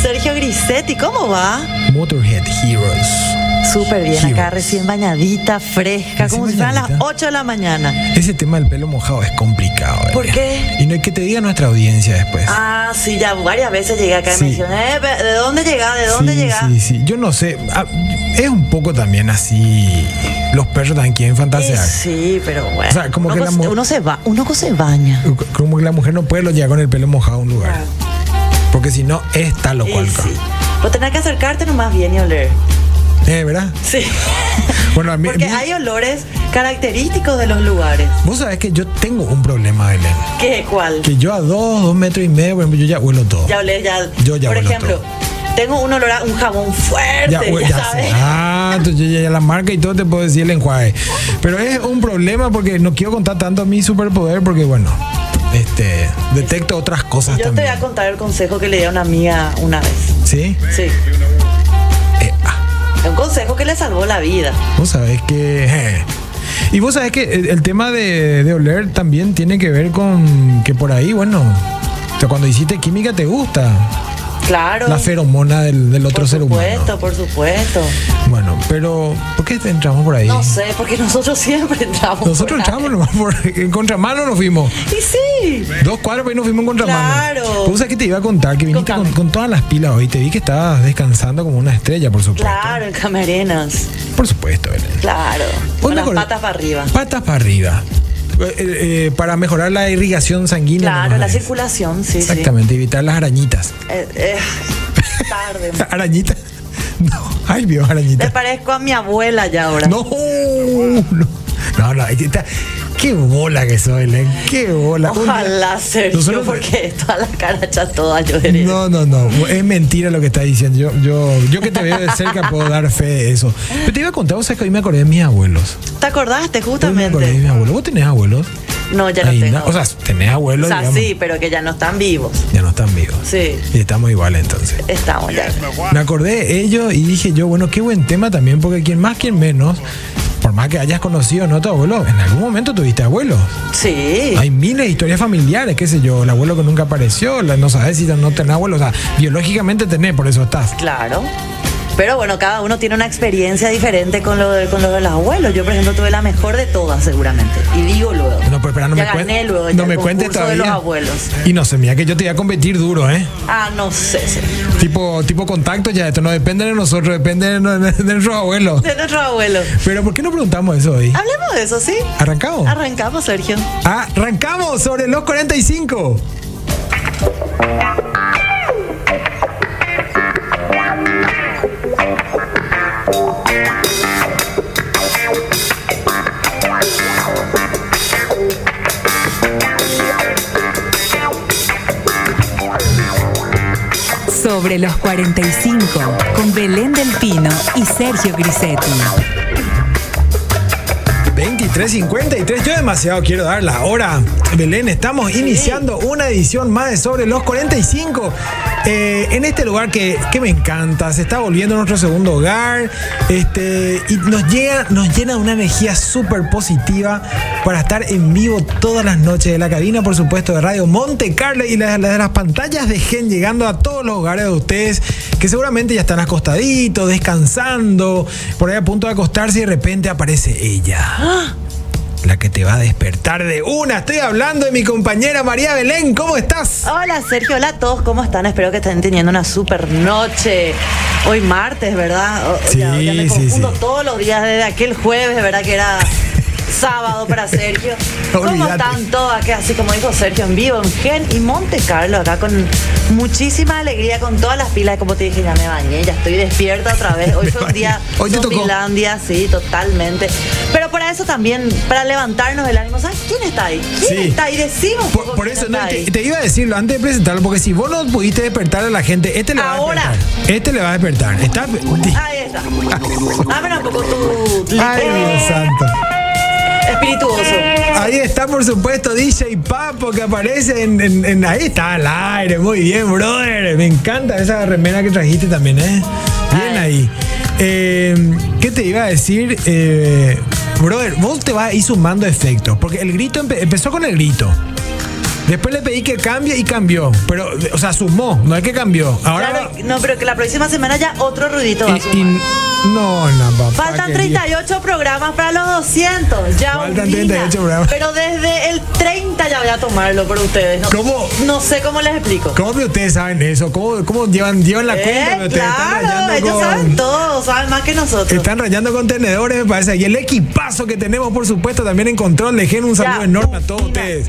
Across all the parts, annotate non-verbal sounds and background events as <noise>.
Sergio Grisetti, ¿cómo va? Motorhead Heroes. Súper bien, acá Heroes. recién bañadita, fresca, como Recién si fueran las bañadita. 8 de la mañana. Ese tema del pelo mojado es complicado. ¿eh? ¿Por qué? Y no hay que te diga nuestra audiencia después. Ah, sí, ya varias veces llegué acá y Sí. me dijeron, eh, pe- ¿de dónde llegás? ¿De dónde sí, llegás? sí, sí. Yo no sé. Ah, es un poco también así. Los perros también quieren Sí, fantasear. sí, pero bueno. O sea, como uno, que la cos- mu- uno se va, uno co- se baña. Como que la mujer no puede lo llevar con el pelo mojado a un lugar. Porque si no, es tal o Y cual. sí. Vos tenés que acercarte nomás bien y oler. ¿Eh, ¿Verdad? Sí. Bueno, a mí. Porque mí- hay olores característicos de los lugares. Vos sabés que yo tengo un problema, Belén. ¿Qué? ¿Cuál? Que yo a dos, dos metros y medio, por ejemplo, yo ya huelo todo. Ya olés, ya. Yo ya Por huelo ejemplo, tengo un olor a un jabón fuerte, Ya, ya, hue- ya sabes. sé. Ah, entonces yo ya, ya la marca y todo te puedo decir el enjuague. Pero es un problema porque no quiero contar tanto mi superpoder porque, bueno, este, detecto otras cosas Yo te voy también. a contar el consejo que le di a una amiga una vez. ¿Sí? Sí. Eh, ah, Un consejo que le salvó la vida. vos sabés que... eh. Y vos sabés que el, el tema de, de oler también tiene que ver con que por ahí, bueno, o sea, cuando hiciste química te gusta Claro. la feromona del, del otro por ser supuesto, humano. por supuesto. Bueno, pero ¿por qué entramos por ahí? No sé, porque nosotros siempre entramos. por ahí. Nosotros entramos nomás por, en contramano nos fuimos. Y sí. Dos cuadros pero ahí nos fuimos en contramano. Claro. Vos sabés que te iba a contar que viniste Contame. con, con todas las pilas hoy. Te vi que estabas descansando como una estrella, por supuesto. Claro, en Camarenas. Por supuesto, Belén. Claro. Vos Con me las acordás- patas para arriba. Patas para arriba. Eh, eh, eh, para mejorar la irrigación sanguínea. Claro, nomás la es. circulación, sí, sí. Exactamente, evitar las arañitas. <laughs> Eh, eh, tarde. ¿Arañitas? <laughs> No. Ay, vio, Me arañitas. parezco a mi abuela ya ahora. No, no. No, no, ahí está. Qué bola que soy, Belén. Qué bola. Un día- Ojalá, Sergio, Nosotros- porque toda la caracha toda yo diría. No, no, no. Es mentira lo que está diciendo. Yo, yo, yo que te veo de <laughs> cerca puedo dar fe de eso. Pero te iba a contar, vos sabés que hoy me acordé de mis abuelos. ¿Te acordaste Hoy me acordé de mis justamente? abuelos. ¿Vos tenés abuelos? No, ya no Ahí, tengo. na- O sea, tenés abuelos, O sea, digamos. sí, pero que ya no están vivos. Ya no están vivos. Sí. Y estamos iguales entonces. Estamos ya. Me acordé de ellos y dije yo, bueno, qué buen tema también, porque quien más, quien menos, por más que hayas conocido no a tu abuelo, en algún momento tuviste abuelos. Sí. Hay miles de historias familiares, qué sé yo, el abuelo que nunca apareció, la- no sabes si no tenés abuelo, o sea, biológicamente tenés, por eso estás. Claro. Pero bueno, cada uno tiene una experiencia diferente con lo, de, con lo de los abuelos. Yo, por ejemplo, tuve la mejor de todas, seguramente. Y digo luego. No, pero espera, no ya me gané cuentes. luego. ya No el me cuentes concurso todavía. de los abuelos. Y no sé, mira que yo te voy a competir duro, ¿eh? Ah, no sé. sé. Tipo, tipo contacto ya, esto no depende de nosotros, depende de, no- de nuestros abuelos. De nuestro abuelo. Pero ¿por qué no preguntamos eso hoy? Hablemos de eso, ¿sí? ¿Arrancamos? Arrancamos, Sergio. Arrancamos sobre los 45. Sobre los 45, con Belén Del Pino y Sergio Grisetti. 23.53, yo demasiado quiero dar la hora. Belén, estamos iniciando una edición más de Sobre los 45. Eh, en este lugar que, que me encanta, se está volviendo nuestro segundo hogar. Este, y nos, llega, nos llena de una energía súper positiva para estar en vivo todas las noches de la cabina, por supuesto, de Radio Monte Carlo y las, las, las pantallas de Gen llegando a todos los hogares de ustedes que seguramente ya están acostaditos, descansando, por ahí a punto de acostarse y de repente aparece ella. La que te va a despertar de una. Estoy hablando de mi compañera María Belén. ¿Cómo estás? Hola, Sergio. Hola a todos. ¿Cómo están? Espero que estén teniendo una super noche. Hoy martes, ¿verdad? O- ya, ya me Sí, sí, confundo sí. todos los días desde aquel jueves, ¿verdad? Que era sábado para Sergio. ¿Cómo <laughs> Olvídate. están todos acá? Así como dijo Sergio, en vivo, en Gen y Monte Carlo, acá con muchísima alegría, con todas las pilas. Como te dije, ya me bañé, ya estoy despierta otra vez. Hoy <laughs> Me fue un bañé. día Hoy te tocó. Zombielandia, sí, totalmente. Pero para eso también, para levantarnos el ánimo, ¿sabes quién está ahí? ¿Quién Sí. está ahí? Decimos Por, por eso no, y ahí. te, te iba a decirlo antes de presentarlo, porque si vos no pudiste despertar a la gente, este le va Ahora. a despertar. Este le va a despertar. Está. Ahí está. Abre un poco tu eh, Ay, Dios santo. espirituoso. Ahí está, por supuesto, DJ Papo que aparece en, en- en- Ahí está al aire. Muy bien, brother. Me encanta esa remera que trajiste también, ¿eh? Bien Ay. ahí. Eh, ¿Qué te iba a decir? Eh, brother, vos te vas a ir sumando efectos. Porque el grito empe- empezó con el grito. Después le pedí que cambie y cambió. Pero, o sea, sumó, no es que cambió. Ahora. Claro, no, pero que la próxima semana ya otro ruidito va a y- y- sumar. no, no, papá, Faltan que 38 programas para los 200. Ya Faltan un día. 38 programas. Pero desde el 30 ya voy a tomarlo por ustedes. No, ¿Cómo? No sé cómo les explico. ¿Cómo que ustedes saben eso? ¿Cómo, cómo llevan, llevan la cuenta? Eh, Pero ustedes están claro, rayando ellos con- saben todo, saben más que nosotros. Te Están rayando con tenedores, me parece. Y el equipazo que tenemos, por supuesto, también en control. Dejen un saludo Ya, enorme a todos Cristina. ustedes.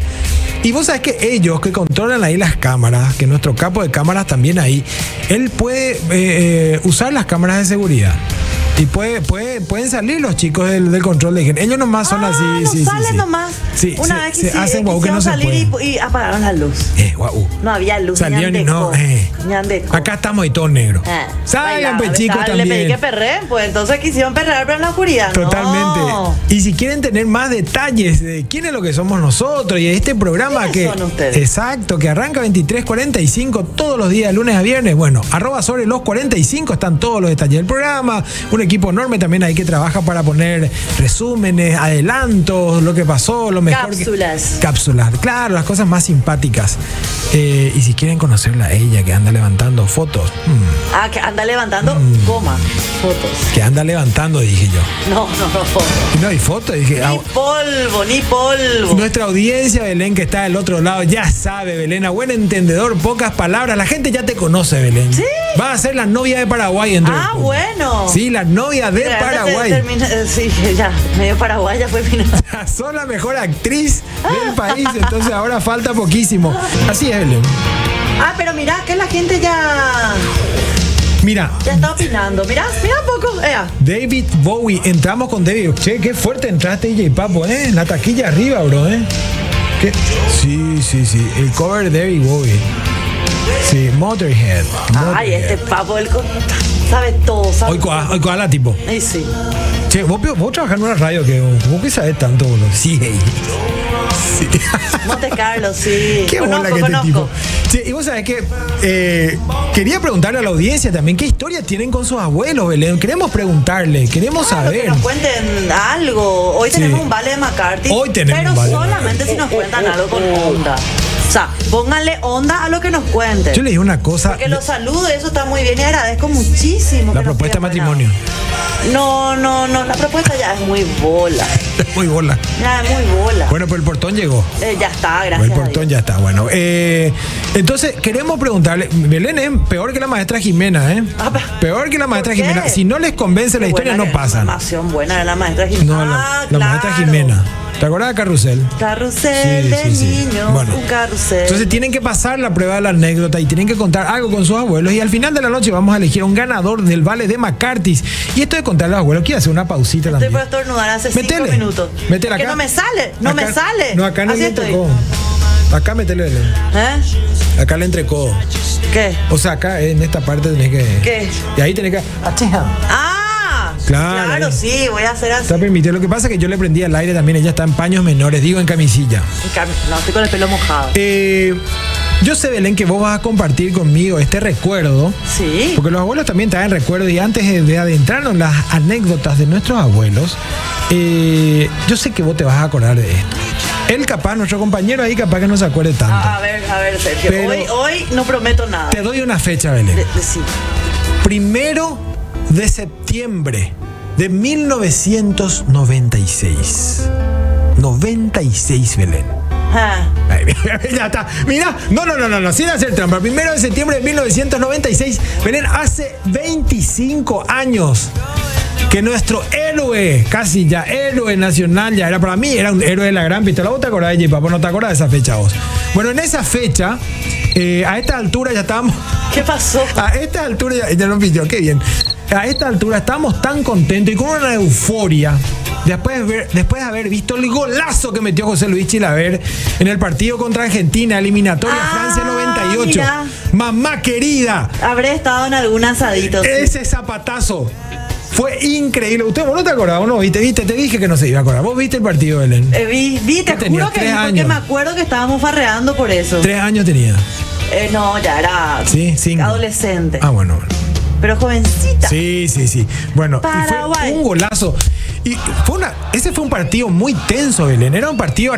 Y vos sabés que ellos que controlan ahí las cámaras, que nuestro capo de cámaras también ahí, él puede eh, eh, usar las cámaras de seguridad. Y puede, puede, pueden salir los chicos del, del control de higiene. Ellos nomás son Ah, así. no sí, sí, salen sí. nomás. Sí, Una se- vez que se sí, hacen eh, guau que no quisieron se salir puede. y, y apagaron la luz. Eh, guau. No había luz. Salieron y no. eh. Acá estamos y todos negros. Ah. Salgan, pues chicos, Eh, Le pedí también. que perren, pues entonces quisieron perrar, pero en la oscuridad. No. Totalmente. Y si quieren tener más detalles de quién es lo que somos nosotros y este programa ¿Quiénes que. son ustedes? Exacto, que arranca 23.45 todos los días, lunes a viernes. Bueno, arroba sobre los 45 están todos los detalles del programa. Un equipo enorme también ahí que trabaja para poner resúmenes, adelantos, lo que pasó, lo mejor. que- Cápsulas. cápsulas, claro, las cosas más simpáticas. Eh, y si quieren conocerla a ella que anda levantando fotos, mm, Ah, que anda levantando goma. Fotos. que anda levantando, dije yo. No, no, no, fotos. Y no hay fotos, dije. Ni ah, polvo, ni polvo. Nuestra audiencia, Belén, que está del otro lado, ya sabe, Belén, a buen entendedor, pocas palabras. La gente ya te conoce, Belén. Sí. Va a ser la novia de Paraguay, entonces. Ah, bueno. pues, Sí, la novia de Pero antes de Paraguay. terminar- eh, sí, <laughs> ya, medio Paraguay ya fue final. Son la mejor actriz del país, entonces ahora falta poquísimo. Así es, Belén. Ah, pero mirá que la gente ya, Mira, ya está opinando. Mirá, mirá un poco. Ea. David Bowie, entramos con David. Che, qué fuerte entraste, DJ Papo, ¿eh? La taquilla arriba, bro, ¿eh? ¿Qué? Sí, sí, sí. El cover de David Bowie. Sí, Motorhead. Ay, Motorhead. este papo, él co- sabe todo, sabe. Hoy coa- hoy coala, tipo. Ay, sí. Che, vos, pe- vos trabajás en una radio que vos que sabés tanto, boludo. Sí, hey. <laughs> Monte Carlo, sí. Qué bola que este tipo. Che, y vos sabés que eh, quería preguntarle a la audiencia también qué historia tienen con sus abuelos, Belén. Queremos preguntarle, queremos Claro, saber. que nos cuenten algo. Hoy tenemos un vale de McCarthy. Hoy tenemos Pero un vale de solamente si nos cuentan algo con onda. O sea, pónganle onda a lo que nos cuenten. Yo le dije una cosa. Porque los saludos, eso está muy bien y agradezco muchísimo. la que nos propuesta de pidan matrimonio. nada. No, no, no, la propuesta ya es muy bola. <laughs> Muy bola. Ya es muy bola. Bueno, pero el portón llegó. Eh, ya está, gracias. el a portón Dios. ya está, bueno. Eh, entonces, queremos preguntarle, Belén es peor que la maestra Jimena, ¿eh? Ah, pa- Peor que la maestra ¿Por qué? Jimena. Si no les convence la Qué historia, buena no que- pasan. Información buena de la maestra Jimena. No, la, Ah, la maestra claro. Jimena. ¿Te acordás de Carrusel? Carrusel Sí, de sí, sí. niños, Bueno. un carrusel. Entonces tienen que pasar la prueba de la anécdota y tienen que contar algo con sus abuelos. Y al final de la noche vamos a elegir a un ganador del vale de McCarthy's. Y esto de contarle a los abuelos, quiero hacer una pausita Estoy también. por estornudar hace Metele. cinco minutos. Metele Que acá. no me sale, no Acá- me sale. No, acá no Así le estoy. entrecó. Acá metele, Belén. ¿Eh? Acá le entrecó. ¿Qué? O sea, acá en esta parte tenés que. ¿Qué? Y ahí tenés que. Ah, Claro. claro, sí, voy a hacer así. Está permitido. Lo que pasa es que yo le prendí al aire también. Ella está en paños menores, digo en camisilla. No, estoy con el pelo mojado. Eh, yo sé, Belén, que vos vas a compartir conmigo este recuerdo. Sí. Porque los abuelos también traen recuerdos y antes de- de adentrarnos en las anécdotas de nuestros abuelos, eh, yo sé que vos te vas a acordar de esto. Él capaz, nuestro compañero ahí capaz que no se acuerde tanto. A, a ver, a ver, Sergio. Pero- hoy, hoy no prometo nada. Te doy una fecha, Belén. De- de- sí. Primero de septiembre de 1996. 96, Belén. Ah, Ay, <laughs> mira, ya está. Mira, no, no, no, no, no, sin hacer trampa. Primero de septiembre de 1996, Belén, hace 25 años que nuestro héroe, casi ya héroe nacional, ya era para mí, era un héroe de la gran pistola. ¿Vos te acordás de Papá? ¿No te acordás de esa fecha vos? Bueno, en esa fecha, eh, a esta altura ya estábamos. ¿Qué pasó? A esta altura, ya, ya lo pilló, qué bien. A esta altura estamos tan contentos y con una euforia. Después de, ver- después de haber visto el golazo que metió José Luis Chilaver en el partido contra Argentina, eliminatoria Ah, Francia 98. mira. Mamá querida, Habré estado en algún asadito. sí. ese zapatazo fue increíble. Usted vos no te acordás, vos no viste, viste, te dije que no se iba a acordar. Vos viste el partido, Belén. Eh, vi, vi, te ¿Qué tenías, juro que tres vi, porque años? me acuerdo que estábamos farreando por eso. Tres años tenía. Eh, no, ya era Sí, cinco. adolescente. Ah, bueno, bueno. Pero jovencita. Sí, sí, sí. Bueno, y fue Paraguay. un golazo. Y fue una, ese fue un partido muy tenso, Belén. Era un partido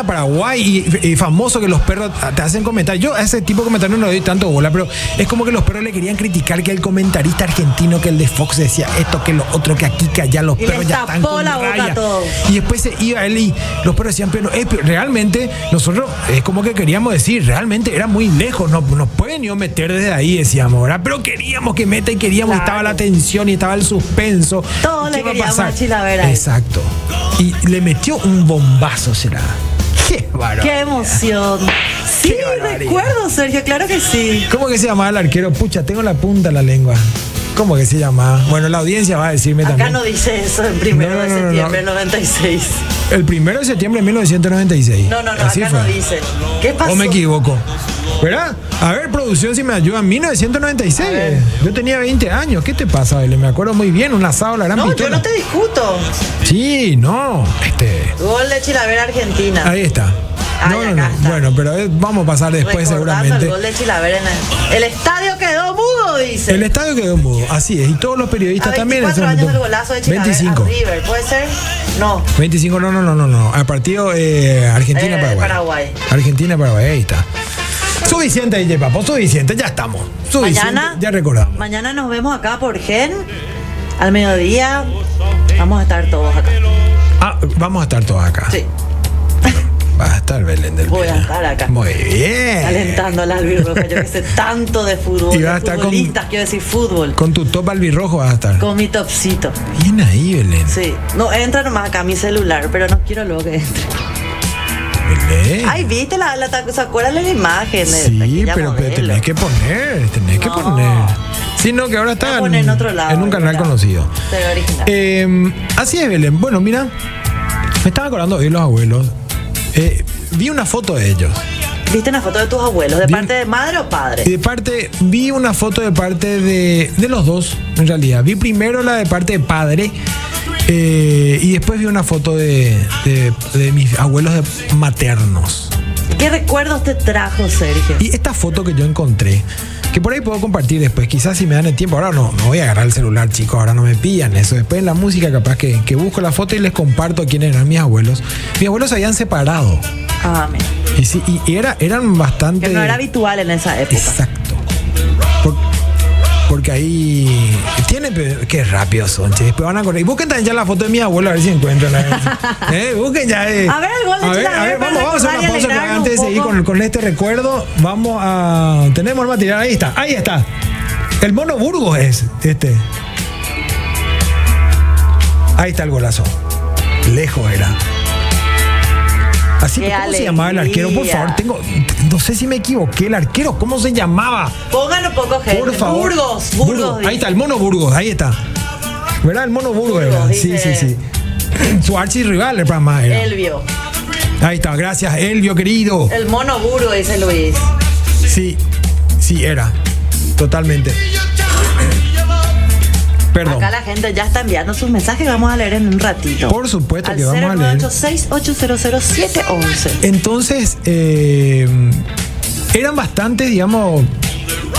Argentina-Paraguay y, y famoso que los perros te hacen comentar. Yo a ese tipo de comentarios no le doy tanto bola, pero es como que los perros le querían criticar que el comentarista argentino, que el de Fox decía esto, que lo otro, que aquí, que allá, los Y perros les ya están tapó con la boca a raya. todos. Y después se iba él y los perros decían, pero, eh, pero realmente nosotros es como que queríamos decir, realmente era muy lejos, no nos pueden yo meter desde ahí, decíamos, ¿verdad? Pero queríamos que meta y queríamos, y Claro. estaba la tensión y estaba el suspenso. Todo ¿Y le qué va a queríamos pasar? a Chilavera. Exacto. Y le metió un bombazo, será. Qué bárbaro. ¡Qué emoción! Sí, Qué barbaridad. recuerdo, Sergio, claro que sí. ¿Cómo que se llamaba el arquero? Pucha, tengo la punta en la lengua. ¿Cómo que se llamaba? Bueno, la audiencia va a decirme Acá también. no dice eso en primero No, no, de no, no, septiembre del 96. El primero de septiembre de 1996. No, no, no, Así acá fue. no dice. ¿Qué pasó? ¿O me equivoco? ¿Verdad? A ver, producción, si me ayudan. A ver. 1996. Yo tenía 20 años. ¿Qué te pasa, Belén? Me acuerdo muy bien. Un asado, la gran No, yo pistola. no te discuto. Sí, no. Este. Gol de Chilavera Argentina. Ahí está. Ay, no, no, acá no. está. Bueno, pero eh, vamos a pasar después Recordando seguramente. el gol de Chilavera en el, el estadio quedó mudo, dice. El estadio quedó mudo, así es. Y todos los periodistas a también. 24 en ese años del momento. golazo de Chilavera 25. a River, ¿puede ser? No. 25, no, no, no, no, no. Al partido eh, Eh, Argentina-Paraguay. Paraguay. Argentina-Paraguay, ahí está. Suficiente, DJ Papo, suficiente, ya estamos. Suficiente, Mañana, ya recordamos. mañana nos vemos acá por Gen. Al mediodía vamos a estar todos acá. Ah, vamos a estar todos acá. Sí, Va a estar Belén del Voy a Pino. estar acá. Muy bien. calentando al albirroja. Yo que sé tanto de fútbol. Y va a de estar con- futbolistas, quiero decir fútbol. Con tu top albirrojo vas a estar. Con mi topsito. Bien ahí, Belén. Sí. No, entra nomás acá a mi celular, pero no quiero luego que entre. Belén. Ay, viste la, la ta- ¿se acuerdan de la imagen? de- de Sí, aquella pero, pero modelo? tenés que poner, tenés que No. poner. Sino que ahora Voy está a poner en otro lado. en un canal mira. conocido. Se ve original. Eh, así es, Belén. Bueno, mira, me estaba acordando de los abuelos. Eh, vi una foto de ellos. ¿Viste una foto de tus abuelos? ¿De bien. parte de madre o padre? Y de parte, vi una foto de parte de, de los dos, en realidad. Vi primero la de parte de padre. eh, y después vi una foto de, de- de mis abuelos de- maternos. ¿Qué recuerdos te trajo, Sergio? Y esta foto que yo encontré, que por ahí puedo compartir después, quizás si me dan el tiempo. Ahora no, no voy a agarrar el celular, chicos, ahora no me pillan eso. Después en la música, capaz que, que busco la foto y les comparto quiénes eran mis abuelos. Mis abuelos se habían separado. Ah, mira. Y, sí, y era, eran bastante. Que no era habitual en esa época. Exacto. Por- porque ahí. Tiene. pe- Qué rápidos son, che. Después van a correr. Y busquen también ya la foto de mi abuelo a ver si encuentran. A ver, <laughs> Eh, Busquen ya. eh. A ver, el gol de A ver, Chilavert a ver, para vamos, vamos a hacer una recordar y pausa. pero alegrarnos Antes de un seguir poco. con, con este recuerdo, vamos a. Tenemos el material. Ahí está. Ahí está. El mono Burgos es este. Ahí está el golazo. Lejos era. Así Qué que, ¿cómo se llamaba el arquero? Por alegría. favor, tengo. No sé si me equivoqué. El arquero, ¿cómo se llamaba? Pónganlo poco, gente. Por favor. Burgos, Burgos. dice. Ahí está, el mono Burgos, ahí está. ¿Verdad? El mono Burgos, era. Sí, sí, dice- sí. <clears throat> Su archirrival, para más. era. Elvio. Ahí está, gracias, Elvio, querido. El mono Burgo, dice Luis. Sí, sí, era. Totalmente. Perdón. Acá la gente ya está enviando sus mensajes que vamos a leer en un ratito. Por supuesto que vamos a leer. Este 0986-800-711. Entonces, eh, eran bastante, digamos,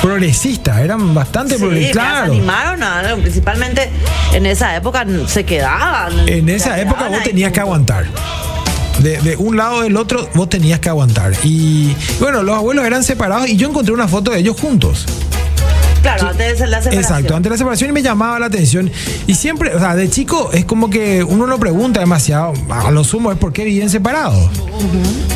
progresistas. Eran bastante Sí, progresistas. mira, se Claro. animaron a algo. Principalmente en esa época n- se quedaban. En se esa quedaban época vos ahí tenías que juntos. aguantar. De, de un lado del otro vos tenías que aguantar. Y bueno, los abuelos eran separados y yo encontré una foto de ellos juntos. Claro, antes de la separación. Exacto, antes de la separación y me llamaba la atención. Y siempre, o sea, de chico es como que uno no pregunta demasiado, a lo sumo es por qué viven separados.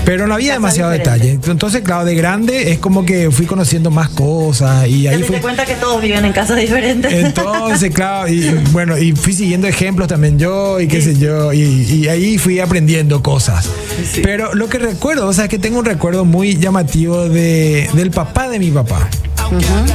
Pero no había Casa demasiado diferente. detalle. Entonces, claro, de grande es como que fui conociendo más cosas y Ya ahí te fui... diste cuenta que todos viven en casas diferentes. Entonces, claro, y bueno, y fui siguiendo ejemplos también yo, y qué sé yo, y, y ahí fui aprendiendo cosas. Pero lo que recuerdo, o sea, es que tengo un recuerdo muy llamativo de, del papá de mi papá.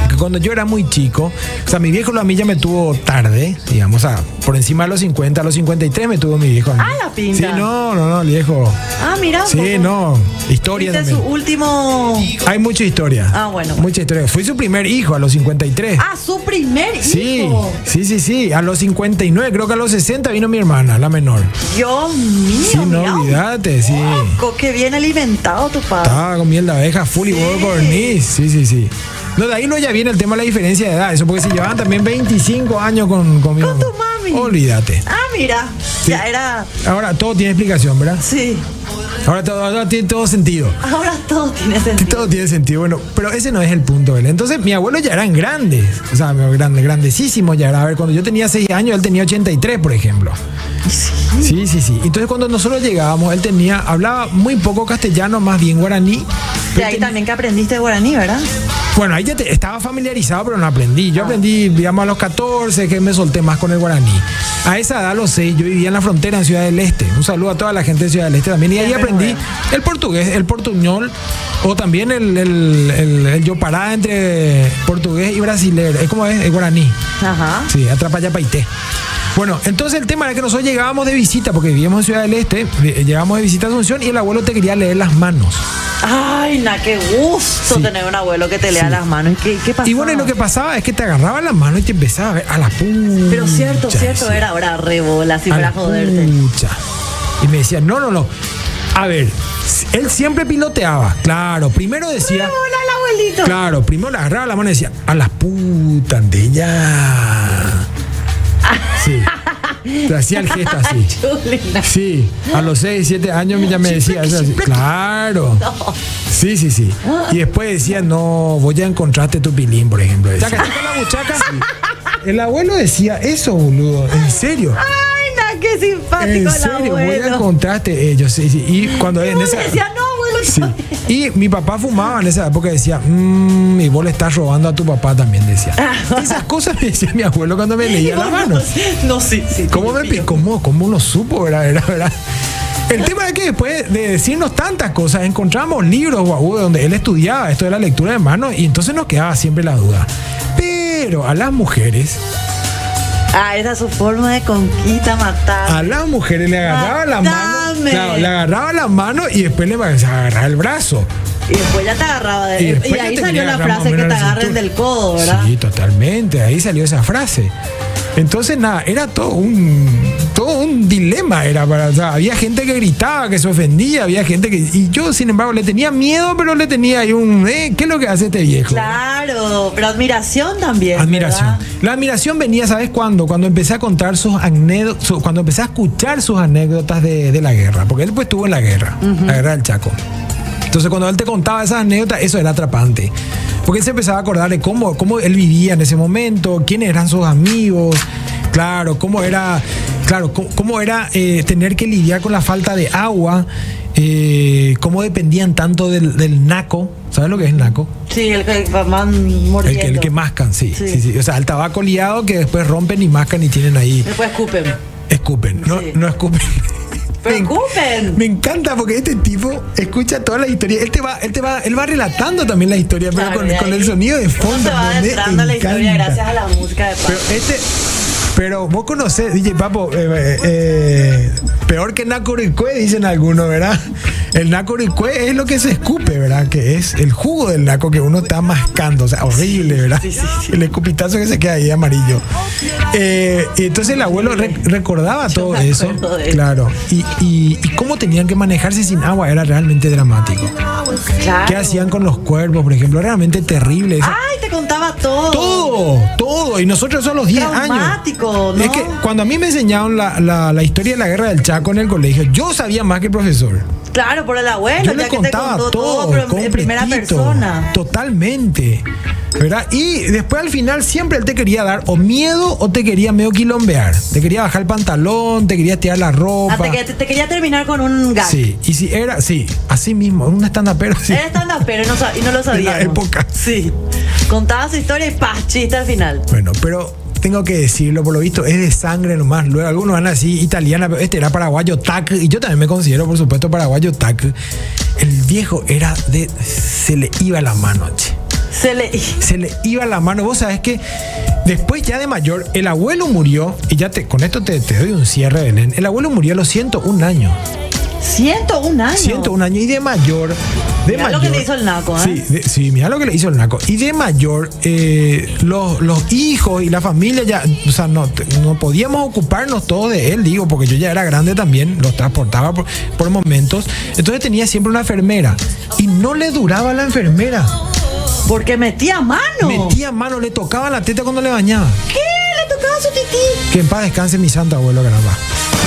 Que Cuando yo era muy chico, o sea, mi viejo a mí ya me tuvo tarde, digamos, o sea, por encima de los 50, a los 53 me tuvo mi viejo. a mí. Ah, la pinta. Sí, no, no, no, el viejo. <laughs> ah, mira. Sí, vos. no, historia Fuiste también. su último. Hay mucha historia. Ah, bueno, bueno. Mucha historia. Fui su primer hijo a los 53. Ah, su primer Sí, hijo. sí, sí, sí. A los 59, creo que a los 60 vino mi hermana, la menor. Dios mío. Sí, no, mirá, olvídate, sí. loco, Qué bien alimentado tu padre. Estaba con miel de abeja, full y huevo de corniz. Sí, sí, sí. No, de ahí no ya viene el tema de la diferencia de edad, eso porque se llevaban también 25 años con, con mi Con mamá. tu madre. mami. Olvídate. Ah, mira. Ya era. Ahora todo tiene explicación, ¿verdad? Sí. Ahora todo, ahora tiene todo sentido. Ahora todo tiene sentido. Todo tiene sentido, bueno, pero ese no es el punto, Belén. Entonces, mis abuelos ya eran grandes, o sea, mi abuelo grande, grandecísimos ya era. A ver, cuando yo tenía 6 años, él tenía 83, por ejemplo. Sí, sí, sí. Entonces, cuando nosotros llegábamos, él tenía, hablaba muy poco castellano, más bien guaraní. De ahí también que aprendiste guaraní, ¿verdad? Bueno, ahí ya te- estaba familiarizado, pero no aprendí. Yo aprendí, digamos, a los 14, que me solté más con el guaraní. A esa edad, a los 6, yo vivía en la frontera en Ciudad del Este. Un saludo a toda la gente de Ciudad del Este también. Y ahí Siempre aprendí nos el portugués, el portuñol, o también el, el, el- el yo parada entre portugués y brasilero. Es como es, el guaraní. Ajá. Sí, Atrapayapaité. Bueno, entonces el tema era que nosotros llegábamos de visita, porque vivíamos en Ciudad del Este, eh, llegábamos de visita a Asunción y el abuelo te quería leer las manos. Ay, na, qué gusto Sí. tener un abuelo que te lea Sí. las manos. ¿Y ¿Qué, qué pasó? Y bueno, y lo que pasaba es que te agarraba la mano y te empezaba a ver a la pucha. Pero cierto, cierto, decía, era ahora rebola, si a para la joderte. pucha. Y me decía, no, no, no. A ver, él siempre piloteaba. Claro, primero decía. Hola, el abuelito. Claro, primero le agarraba la mano y decía, a las putas de ella. Sí. Te hacía el gesto así. <laughs> Chulina. Sí, a los 6, 7 años ya me decía eso. así. Claro. Sí, sí, sí. Y después decía, no, voy a encontrarte tu pilín, por ejemplo. decía. Sí. El abuelo decía eso, boludo. En serio. Ay, na, qué simpático En el serio, voy a abuelo. encontrarte ellos. sí, sí. eh, Y cuando Y en vos esa. le decías, no, abuelo, Sí. Y mi papá fumaba en esa época y decía, mmm, y vos le estás robando a tu papá también, decía. Esas cosas me decía mi abuelo cuando me leía las manos. Ah. No, sí, sí. ¿Cómo me pi- cómo, cómo lo supo? Era, era, era. El tema es que después de decirnos tantas cosas, encontramos libros guau, donde él estudiaba esto de la lectura de manos y entonces nos quedaba siempre la duda. Pero a las mujeres, Ah, esa es su forma de conquista, matar. a las mujeres le agarraba la mano, Matame. claro, le agarraba la mano y después le agarraba el brazo. Y después ya te agarraba de... Y Eh, Y, después ya ahí te salió quería la agarrar más o frase que menos te la agarren cintura. del codo, ¿verdad? Sí, totalmente. Ahí salió esa frase. Entonces, nada, era todo un, todo un dilema. Era para, o sea, había gente que gritaba, que se ofendía, había gente que. Y yo, sin embargo, le tenía miedo, pero le tenía ahí un. eh, ¿Qué es lo que hace este viejo? Claro, pero admiración también. Admiración. ¿verdad? La admiración venía, ¿sabes cuándo? Cuando empecé a contar sus anécdotas, su- cuando empecé a escuchar sus anécdotas de, de la guerra, porque él pues estuvo en la guerra, la guerra del Chaco. Entonces cuando él te contaba esas anécdotas, eso era atrapante. Porque él se empezaba a acordar de cómo, cómo él vivía en ese momento, quiénes eran sus amigos, claro, cómo era, claro, cómo, cómo era eh, tener que lidiar con la falta de agua, eh, cómo dependían tanto del, del naco. ¿Sabes lo que es naco? Sí, el que van El mordiendo. que, el que mascan, sí, Sí. sí. sí. O sea, el tabaco liado que después rompen y mascan y tienen ahí. Después escupen. Escupen. No, Sí. no escupen. ¡Pero Me en- escupen! Me encanta porque este tipo escucha toda la historia. Él te va, él te va, él va relatando también la historia, Claro, pero con, de con ahí el sonido de uno se fondo. va me adentrando a la historia encanta. gracias a la música de Paco. Pero este. Pero vos conocés, DJ Papo, eh, eh, eh, peor que Nacoricue, dicen algunos, ¿verdad? El Nacoricue es lo que se escupe, ¿verdad? Que es el jugo del naco que uno está mascando, o sea, horrible, ¿verdad? sí, sí. El escupitazo que se queda ahí amarillo. Eh, y entonces el abuelo re- recordaba todo me eso. acuerdo de eso. Claro. Y, y- y cómo tenían que manejarse sin agua era realmente dramático. Claro. ¿Qué hacían con los cuerpos, por ejemplo? Realmente terrible. Esa- ¡Ay, te contaba todo! todo, todo. Y nosotros eso a los 10 años. Traumático, ¿no? Es que cuando a mí me enseñaron la, la- la historia de la guerra del Chaco en el colegio, yo sabía más que el profesor. Claro, por el abuelo, Yo ya le que contaba te contó todo, todo, pero en primera completito, persona. Totalmente. ¿Verdad? Y después al final siempre él te quería dar o miedo o te quería medio quilombear. Te quería bajar el pantalón, te quería tirar la ropa. Hasta que te, te quería terminar con un gag. Sí, y si era, sí, así mismo, un stand-up, pero sí. Era stand pero no, sa- y no lo sabíamos. época. Sí. Contaba su historia y ¡pah! Chiste al final. Bueno, pero tengo que decirlo, por lo visto es de sangre nomás. Luego algunos van así, italiana, pero este era paraguayo tac. Y yo también me considero, por supuesto, paraguayo tac. El viejo era de. Se le iba la mano, che. Se le. Se le iba la mano. Vos sabés que después ya de mayor, el abuelo murió. Y ya te, con esto te, te doy un cierre, Belén. El abuelo murió a los 101 años. 101 años. 101 años y de mayor. De Mirá mayor, lo que le hizo el naco, ¿eh? Sí, de- sí, mirá lo que le hizo el naco. Y de mayor, eh, los, los hijos y la familia ya, o sea, no, te- no podíamos ocuparnos todos de él, digo, porque yo ya era grande también, los transportaba por, por momentos. Entonces tenía siempre una enfermera y no le duraba la enfermera. Porque metía mano. Metía mano, le tocaba la teta cuando le bañaba. ¿Qué? Le tocaba su tití. Ricky. Que en paz descanse mi santo abuelo, caramba.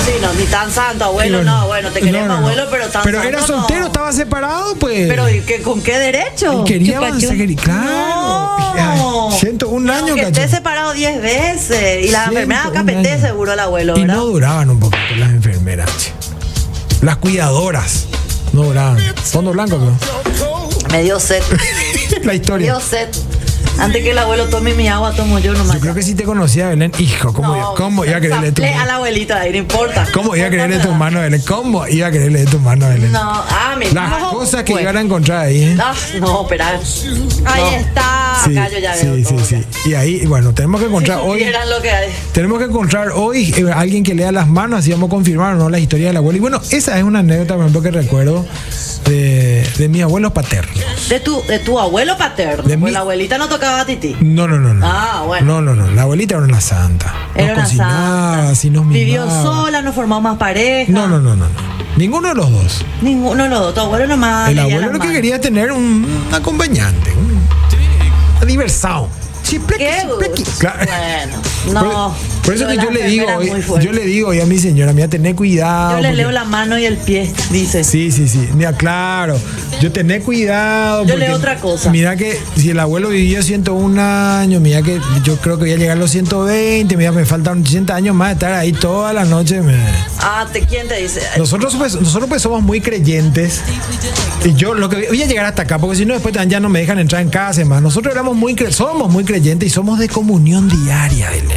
Sí, no, ni tan santo, abuelo, Y bueno, no, bueno, te no, queremos, no, no. abuelo, pero tan Pero santo era no. soltero, estaba separado, pues. Pero ¿y qué- ¿con qué derecho? Quería Chupa, avanzar, chupa. quería- claro. No. Ay, Siento un año, que esté cacho. separado 10 veces. Y la Siento enfermedad un capete año. seguro el abuelo, Y ¿verdad? no duraban un poquito las enfermeras. che. Las cuidadoras. No duraban. Fondo blanco, ¿no? Me dio sed. <laughs> La <laughs> Me historia. dio sed. Antes que el abuelo tome mi agua, tomo yo nomás. Yo creo que si te conocía, Belén, hijo, ¿cómo, iba, cómo iba a quererle tu Zaplé a la abuelita de ahí, no importa. ¿Cómo iba a creerle de de tus manos, Belén? ¿Cómo iba a creerle de tus manos, Belén? No, ah, mi Las no, cosas que pues. iban a encontrar ahí, ¿eh? Ah, no, espera. Ahí No. está. acá yo ya veo sí, sí, todo <laughs> sí. Y ahí, bueno, tenemos que encontrar hoy. Supieran lo que hay. Tenemos que encontrar hoy eh, alguien que lea las manos, así vamos a confirmar o no la historia del abuelo. Y bueno, esa es una anécdota, por ejemplo, que recuerdo de, de mis abuelos paternos. De tu, de tu abuelo paterno. De pues mí. la abuelita no tocaba a Titi. No, no, no, no. Ah, bueno. No, no, no. La abuelita era una santa. Era nos una cocinaba, santa. así nos Vivió mimaba. sola, no formó más pareja. No, no, no, no, no. Ninguno de los dos. Ninguno de los dos. Tu abuelo nomás. El leía abuelo las lo que manos. quería es tener un acompañante, un diversado. Chiplequi, Qué chiplequi. gusto. Claro. Bueno, Por- no. <laughs> Por, eso Lo que de yo las le digo, enfermeras hoy- muy fuerte. yo le digo hoy a mi señora, mira, tené cuidado. Yo le porque- leo la mano y el pie, dice. Sí, sí, sí. Mira, claro. Yo tené cuidado. Yo porque leo otra cosa. Mira que si el abuelo vivió 101 años, mira que yo creo que voy a llegar a los 120, mira, me faltan 80 años más de estar ahí toda la noche. me- Ah, te, ¿quién te dice? Nosotros, pues, nosotros pues somos muy creyentes. Y yo lo que voy a llegar hasta acá, porque si no después ya no me dejan entrar en casa, más. Nosotros éramos muy cre- somos muy creyentes y somos de comunión diaria, Belén.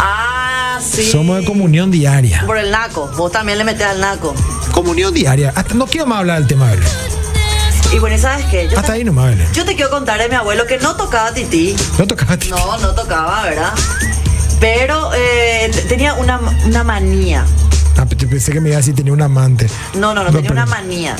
Ah, sí. Somos de comunión diaria. Por el naco. Vos también le metés al naco. Comunión diaria. Hasta- no quiero más hablar del tema, Belén. Y bueno, ¿y ¿sabes qué? Yo Hasta te, ahí nomás, Belén. yo te quiero contar de mi abuelo que no tocaba tití. No tocaba a ti. No, no tocaba, ¿verdad? Pero eh, t- tenía una, una manía. Ah, pe- yo pensé que me iba a decir tenía un amante. No, no, no, tenía pero- una manía.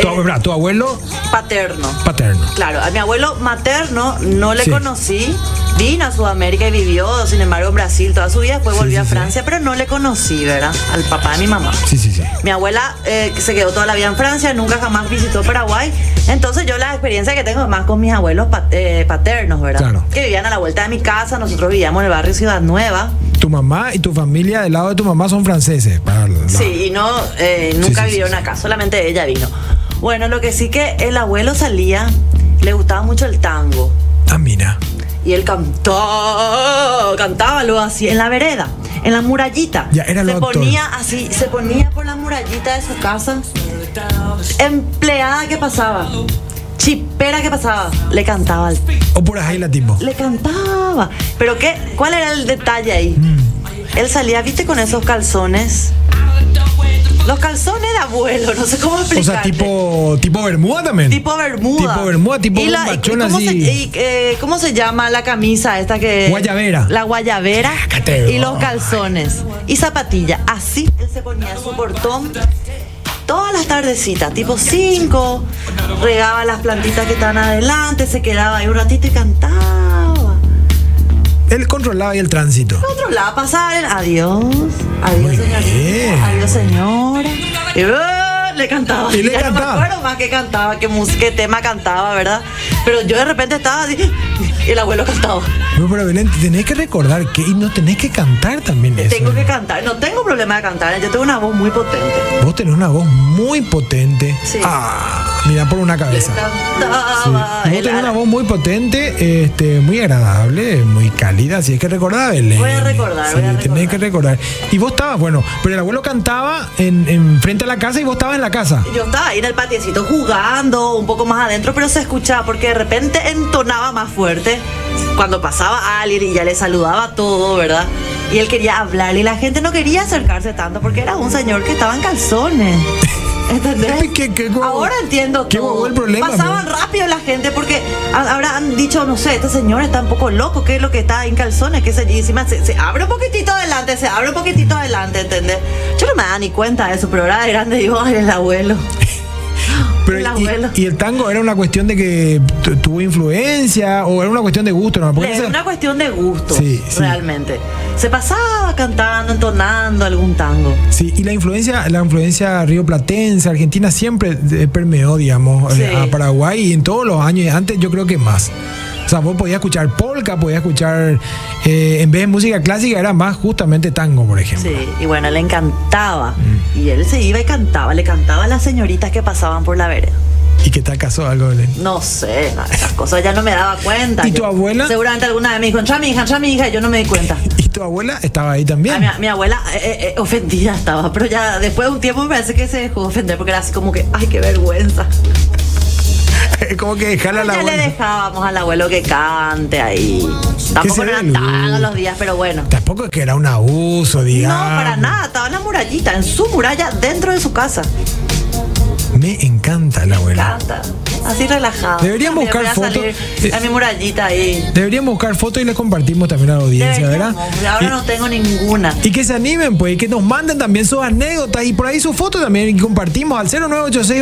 Tu, Eh, abue- verdad, tu abuelo paterno. paterno. Claro, a mi abuelo materno no le Sí. conocí. Vino a Sudamérica y vivió, sin embargo, en Brasil toda su vida. Después Sí, volvió sí, a sí. Francia, pero no le conocí, ¿verdad? Al papá de mi mamá. Sí, sí, sí. Mi abuela eh, que se quedó toda la vida en Francia, nunca jamás visitó Paraguay. Entonces yo la experiencia que tengo es más con mis abuelos pat- eh, paternos, ¿verdad? Claro. Que vivían a la vuelta de mi casa, nosotros vivíamos en el barrio Ciudad Nueva. Tu mamá y tu familia del lado de tu mamá son franceses. para la- Sí, y no, eh, Sí, nunca sí, sí, vivieron sí. acá, solamente ella vino. Bueno, lo que sí que el abuelo salía, le gustaba mucho el tango. Ah, mira. Y él cantó, cantaba lo así, en la vereda, en la murallita. Ya, era se lo actor. ponía así, se ponía por la murallita de su casa. Empleada que pasaba, chipera que pasaba, le cantaba, al- O por ahí la tipo. le cantaba. Pero qué, ¿cuál era el detalle ahí? Mm. Él salía, viste, con esos calzones. Los calzones de abuelo, no sé cómo O sea, explicarte. tipo, tipo Bermuda también. Tipo bermuda. Tipo bermuda, tipo y la- bombachón y ¿cómo Se, así. y, eh, ¿Cómo se llama la camisa esta que. Guayabera. La guayabera. Cácate, y los vos. calzones. Y zapatilla. Así él se ponía su portón. Todas las tardecitas, tipo 5, regaba las plantitas que estaban adelante, se quedaba ahí un ratito y cantaba. Él controlaba ahí el tránsito. Otro lado pasar, adiós, adiós Muy bien. señorita, adiós señora. Y, ¡ah! le cantaba. Y le <laughs> ya no cantaba. me acuerdo más qué cantaba, qué, mus- qué tema cantaba, ¿verdad? Pero yo de repente estaba así <laughs> y el abuelo cantaba. No, pero Belén, tenés que recordar que y no tenés que cantar también eso. ¿eh? Tengo que cantar, no tengo problema de cantar, ¿eh? yo tengo una voz muy potente. Vos tenés una voz muy potente. Sí. Ah, mira por una Le cabeza. Sí. cantaba. Vos el tenés una ara- voz muy potente, este, muy agradable, muy cálida, así es que recordá, Belén. Voy a recordar, Sí, voy a tenés recordar. que recordar. Y vos estabas, bueno, pero el abuelo cantaba en, en frente a la casa y vos estabas en la casa. Yo estaba ahí en el patiecito jugando, un poco más adentro, pero se escuchaba porque de repente entonaba más fuerte cuando pasaba alguien y ya le saludaba todo, ¿verdad? Y él quería hablar y la gente no quería acercarse tanto porque era un señor que estaba en calzones. <laughs> ¿Entendés? ¿Qué- qué- cómo- ahora entiendo qué todo. hubo el problema, Pasaban no? rápido la gente porque a- ahora han dicho, no sé, este señor está un poco loco, ¿qué es lo que está en calzones? Que se, y encima se, se abre un poquitito adelante, se abre un poquitito adelante, ¿entendés? Yo no me daba ni cuenta de eso, pero ahora de grande digo, ay, el abuelo. Pero El y- abuelo. y, el tango era una cuestión de que tu- tuvo influencia o era una cuestión de gusto, ¿no? Porque Es esa- una cuestión de gusto, Sí, sí. realmente. Se pasaba cantando, entonando algún tango. Sí, y la influencia, la influencia rioplatense, argentina siempre eh, permeó, digamos, eh, Sí. a Paraguay y en todos los años, y antes yo creo que más. O sea, vos podías escuchar polka, podías escuchar, eh, en vez de música clásica, era más justamente tango, por ejemplo. Sí, y bueno, le encantaba. Mm. Y él se iba y cantaba, le cantaba a las señoritas que pasaban por la vereda. ¿Y qué tal casó algo, Belén? No sé, no, esas cosas ya no me daba cuenta. <laughs> ¿Y tu Yo- abuela? Seguramente alguna vez me dijo, entra mi hija, entra mi hija, y yo no me di <laughs> cuenta. ¿Y tu abuela estaba ahí Ah, también? mi, <laughs> mi abuela eh, eh, ofendida estaba, pero ya después de un tiempo me parece que se dejó ofender porque era así como que, ay, qué vergüenza. Como que dejarla a la ya le abuela. dejábamos al abuelo que cante ahí. Tampoco se ve eran el todos gusto. los días, pero bueno. Tampoco es que era un abuso, No, digamos. para nada, estaba en la murallita, en su muralla, dentro de su casa. Me encanta la abuela. Canta, así relajado. Deberíamos También buscar voy a fotos. Eh. salir A mi murallita ahí. Deberíamos buscar fotos y les compartimos también a la audiencia, ¿verdad? Deberíamos, Ahora Y- no tengo ninguna. Y que se animen, pues, y que nos manden también sus anécdotas y por ahí sus fotos también. Y compartimos al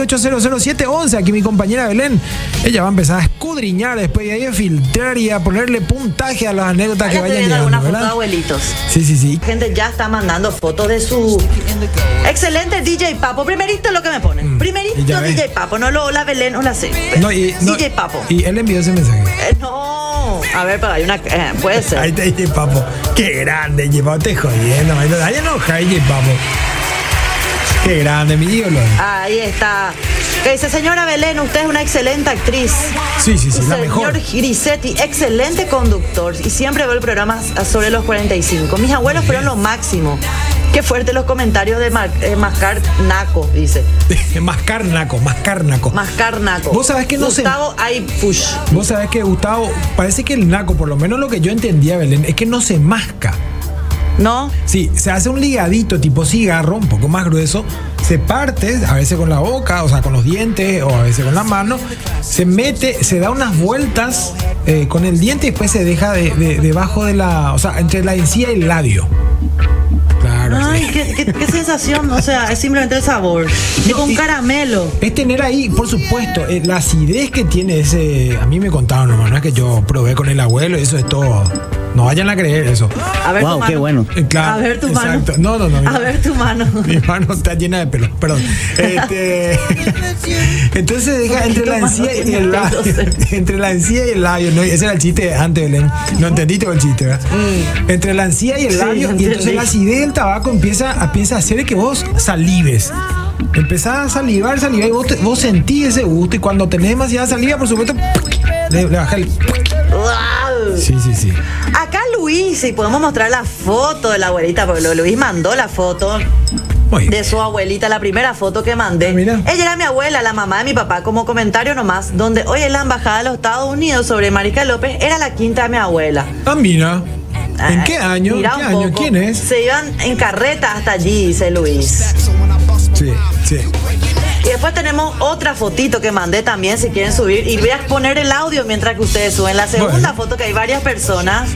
0986800711. Aquí mi compañera Belén, ella va a empezar a escudriñar después y ahí a filtrar y a ponerle puntaje a las anécdotas que Ahora estoy vayan viendo llegando, algunas fotos de ¿verdad? abuelitos. Sí, sí, sí. La gente ya está mandando fotos de su excelente DJ Papo. Primerito lo que me ponen. Primerito Mm. ya ves. DJ Papo, no lo la Belén o la C. No, y, no, DJ Papo. Y él envió ese mensaje. Eh, no. A ver, pero hay una. eh, puede Ahí ser. está DJ Papo. Qué grande, DJ Papo. Te jodiendo. man. Ay, enoja, DJ Papo. Qué grande, mi ídolo. Ahí está. Que dice, señora Belén, usted es una excelente actriz. Sí, sí, sí, la Señor mejor. Grisetti, excelente conductor. Y siempre veo el programa sobre los 45. Mis abuelos fueron lo máximo. Qué fuerte los comentarios de Mar- eh, Mascar Naco, dice. <laughs> más carnaco, más carnaco. Más carnaco. Vos sabés que no sé- Gustavo Aifush. Vos sabés que Gustavo, parece que el naco, por lo menos lo que yo entendía, Belén, es que no se masca. ¿No? Sí, se hace un ligadito tipo cigarro, un poco más grueso, se parte, a veces con la boca, o sea, con los dientes, o a veces con la mano, se mete, se da unas vueltas eh, con el diente y después se deja de- de- debajo de la, o sea, entre la encía y el labio. Claro. Ay, qué, qué- qué sensación. O sea, es simplemente el sabor. De con y- caramelo. Es tener ahí, por supuesto, eh, la acidez que tiene ese. A mí me contaron, hermano, es que yo probé con el abuelo, eso es todo. No vayan a creer eso. A ver tu Wow, mano. qué bueno. Eh, Claro, a ver tu exacto. mano. No, no, no. A ver tu mano. Mi mano está llena de pelo, perdón. <laughs> Este, entonces deja entre la encía y el labio. <laughs> Entre la encía y el labio. ¿no? Ese era el chiste antes, Belén. No entendiste el chiste, ¿verdad? Entre la encía y el Mm. Sí, labio. entendí. y entonces la acidez del tabaco empieza, a- empieza a hacer que vos salives. Empezás a salivar, salivar y vos, te- vos sentís ese gusto. Y cuando tenés demasiada saliva, por supuesto, le, le baja el. Wow. Sí, sí, sí. Acá Luis, si podemos mostrar la foto de la abuelita, porque Luis mandó la foto Muy bien. de su abuelita, la primera foto que mandé. Ah, mira. Ella era mi abuela, la mamá de mi papá, como comentario nomás, donde hoy en la embajada de los Estados Unidos sobre Marica López era la quinta de mi abuela. Ah, mira. ¿En Ah, qué año? ¿En ¿Qué mira un año? poco. ¿Quién es? Se iban en carreta hasta allí, dice Luis. Sí, sí. Y después tenemos otra fotito que mandé también, si quieren subir. Y voy a poner el audio mientras que ustedes suben la segunda Bueno. foto, que hay varias personas.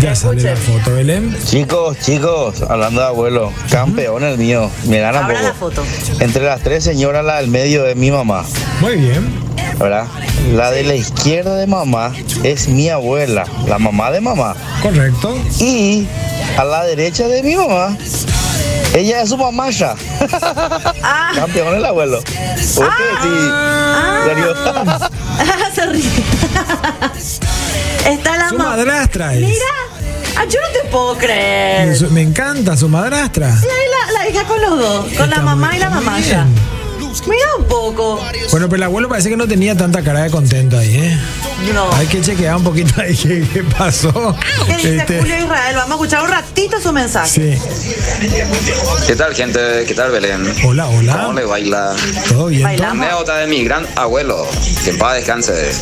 Ya sale la foto, Belén. Chicos, chicos, hablando de abuelo, campeón el mío, me gana un Abra la poco. foto. Entre las tres señoras, la del medio de mi mamá, Muy bien. ¿verdad? La de la izquierda de mamá es mi abuela, la mamá de mamá. Correcto. Y a la derecha de mi mamá, ella es su mamá ya. Ah. Campeón el abuelo. ¿Por qué? Sí. Ah. ¿Serio? <laughs> Se ríe. Está la Su mamá. madrastra es. Mira, ah, yo no te puedo creer. Su- me encanta su madrastra. Y ahí la, la hija con los dos, con Está la mamá muy- y la muy mamá bien. ya. Mira un poco. Bueno, pero el abuelo parece que no tenía tanta cara de contento ahí, ¿eh? No. Hay que chequear un poquito ahí qué, qué pasó. Ah, ¿Qué dice Este, Julio Israel? Vamos a escuchar un ratito su mensaje. sí. ¿Qué tal, gente? ¿Qué tal, Belén? Hola, ¿Cómo le hola. baila? Todo bien. todo? Bailamos. Anécdota de mi gran abuelo, que en paz descanse,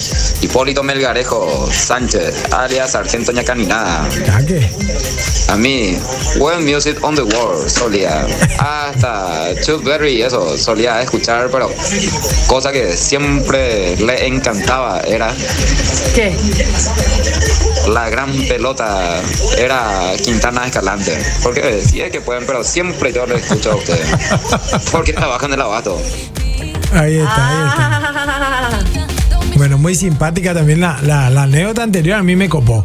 Hipólito Melgarejo Sánchez, alias Sargento Ñacaninada. Ah, ¿qué? A mí, buen music on the world, solía. Hasta Chuck Berry, eso, solía escuchar, pero cosa que siempre le encantaba era ¿Qué? la gran pelota, era Quintana Escalante. Porque sí es que pueden, pero siempre yo le escucho a ustedes. Porque trabajan el abasto. Ahí está, ahí está. Ah, Bueno, muy simpática también la, la, la anécdota anterior. A mí me copó.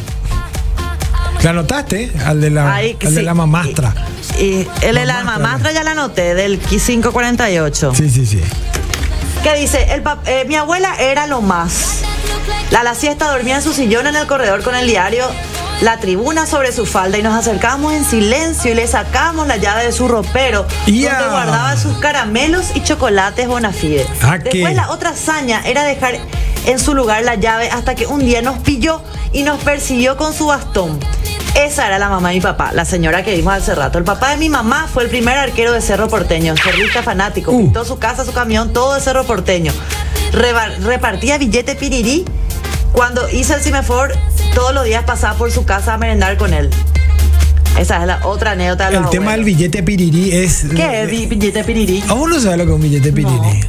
¿La notaste? Al de la, <laughs> ay, al de sí. la mamastra. Y, y el de la Mamastra. mamastra ya la anoté, del 548. Sí, sí, sí. ¿Qué dice? El pap- eh, mi abuela era lo más. La la siesta dormía en su sillón en el corredor con el diario, la tribuna sobre su falda y nos acercamos en silencio y le sacamos la llave de su ropero Ya. donde guardaba sus caramelos y chocolates Bonafide. Ah, Después ¿qué? la otra hazaña era dejar en su lugar la llave hasta que un día nos pilló y nos persiguió con su bastón. Esa era la mamá de mi papá, la señora que vimos hace rato. El papá de mi mamá fue el primer arquero de Cerro Porteño, cerrista fanático, Uh. pintó su casa, su camión, todo de Cerro Porteño. Reba- repartía billete pirirí. Cuando hice el Cimefor, todos los días pasaba por su casa a merendar con él. Esa es la otra anécdota de los El tema del abuelos. billete Oh. pirirí es. ¿Qué es bi- billete pirirí? ¿A vos no sabés lo que es un billete pirirí?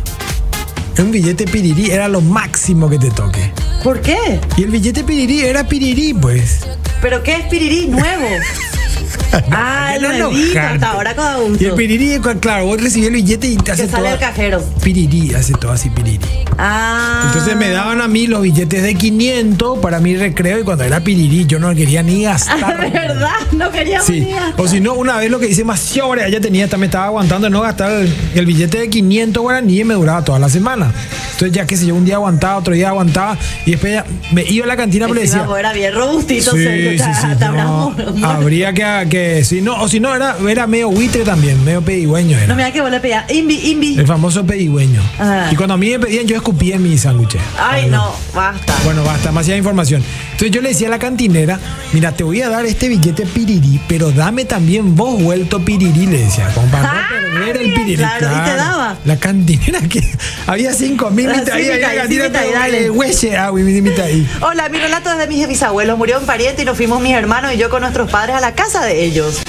Un billete pirirí era lo máximo que te toque. ¿Por qué? Y el billete pirirí era pirirí, pues. ¿Pero qué es pirirí nuevo? <laughs> <laughs> ah, el no nuevito, enojarte. hasta ahora cada uno. Y el pirirí, cu- claro, vos recibís el billete y te hace Que sale todo- el cajero. Pirirí, hace todo así pirirí. Ah. Entonces me <laughs> daban a mí los billetes de 500 para mi recreo y cuando era pirirí yo no <laughs> quería ni gastar. De verdad, no quería Sí, venir. o si no, una vez lo que hice más ahora ya tenía, también estaba aguantando de no gastar el, el billete de 500 guaraníes me duraba toda la semana. Entonces ya que sé yo, un día aguantaba, otro día aguantaba y después ya me iba a la cantina pero Encima decía... vos eras bien robustito, Sí, Sergio, sí, te- sí, te habrás no, muerto. no, habría que, que si no, o si no era, era medio buitre también, medio pedigüeño era. mira que vos le pedías Invi, Invi. El famoso pedigüeño. Ah. Y cuando a mí me pedían, yo escupía en mi sándwiches. Ay, no, basta. Bueno, basta, demasiada información. Entonces yo le decía a la cantinera, mira, te voy a dar este billete pirirí, pero dame también vos vuelto pirirí, le decía, como para Ah, no perder el bien, pirirí. claro, ¿y te daba? La cantinera que <laughs> había cinco mil, Ah, mitad ahí, sí, había mitad ahí, la sí, cantina, mitad ahí, pero, dale. eh, hueche, ah, uy, mitad ahí. Hola, mi relato es de mis bisabuelos. Murió un pariente y nos fuimos mis hermanos y yo con nuestros padres a la casa de ellos.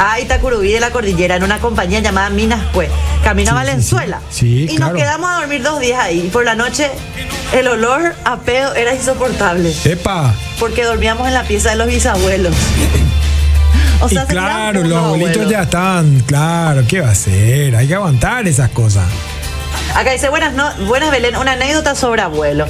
A Itacurubí de la cordillera, en una compañía llamada Minas Cue. Camino a Sí, sí, Valenzuela. sí. Sí, y claro. nos quedamos a dormir dos días ahí. Y por la noche, el olor a pedo era insoportable. Epa. Porque dormíamos en la pieza de los bisabuelos. O Y se quedaban claro, con los abuelitos abuelos. ya están, claro, ¿qué va a hacer? Hay que aguantar esas cosas. Acá dice, buenas, no, buenas Belén, una anécdota sobre abuelo.